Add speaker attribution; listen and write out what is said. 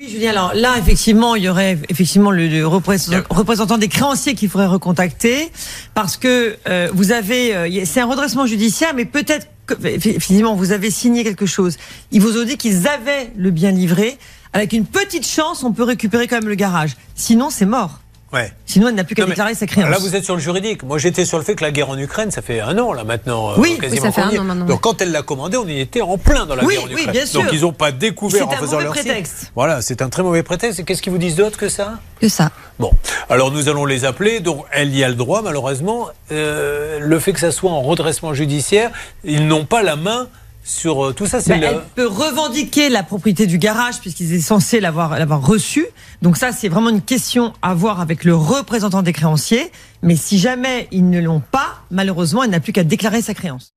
Speaker 1: Julien, alors là, effectivement, il y aurait effectivement le, le représentant, représentant des créanciers qu'il faudrait recontacter parce que euh, vous avez, euh, c'est un redressement judiciaire, mais peut-être que fi- finalement vous avez signé quelque chose. Ils vous ont dit qu'ils avaient le bien livré. Avec une petite chance, on peut récupérer quand même le garage. Sinon, c'est mort.
Speaker 2: Ouais.
Speaker 1: Sinon, elle n'a plus qu'à
Speaker 2: Non, mais
Speaker 1: déclarer sa créance.
Speaker 2: Là, vous êtes sur le juridique. Moi, j'étais sur le fait que la guerre en Ukraine, ça fait un an, là, maintenant. euh,
Speaker 1: Oui, oui,
Speaker 2: quasiment
Speaker 3: ça fait
Speaker 2: qu'on y
Speaker 3: un
Speaker 2: est.
Speaker 3: an maintenant,
Speaker 2: Donc,
Speaker 3: oui.
Speaker 2: quand elle l'a commandé, on y était en plein dans la
Speaker 1: Oui,
Speaker 2: guerre en
Speaker 1: oui,
Speaker 2: Ukraine.
Speaker 1: bien sûr.
Speaker 2: Donc, ils n'ont pas découvert
Speaker 1: C'est
Speaker 2: en
Speaker 1: un
Speaker 2: faisant
Speaker 1: mauvais
Speaker 2: leur site.
Speaker 1: prétexte.
Speaker 2: Voilà, c'est un très mauvais prétexte. Et qu'est-ce qu'ils vous disent d'autre que ça
Speaker 3: que ça.
Speaker 2: Bon, alors nous allons les appeler. Donc, elle y a le droit, malheureusement. Euh, le fait que ça soit en redressement judiciaire, ils n'ont pas la main sur euh, tout ça. C'est
Speaker 1: Bah,
Speaker 2: le-
Speaker 1: Elle peut revendiquer la propriété du garage puisqu'ils étaient censés l'avoir l'avoir reçu. Donc ça, c'est vraiment une question à voir avec le représentant des créanciers. Mais si jamais ils ne l'ont pas, malheureusement, elle n'a plus qu'à déclarer sa créance.